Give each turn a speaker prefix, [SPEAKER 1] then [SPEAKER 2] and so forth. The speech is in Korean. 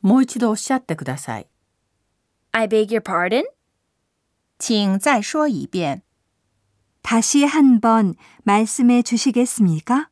[SPEAKER 1] もう一度おっしゃってください。
[SPEAKER 2] I beg your pardon?
[SPEAKER 3] 请再说一遍。
[SPEAKER 4] 다시 한번 말씀해 주시겠습니까?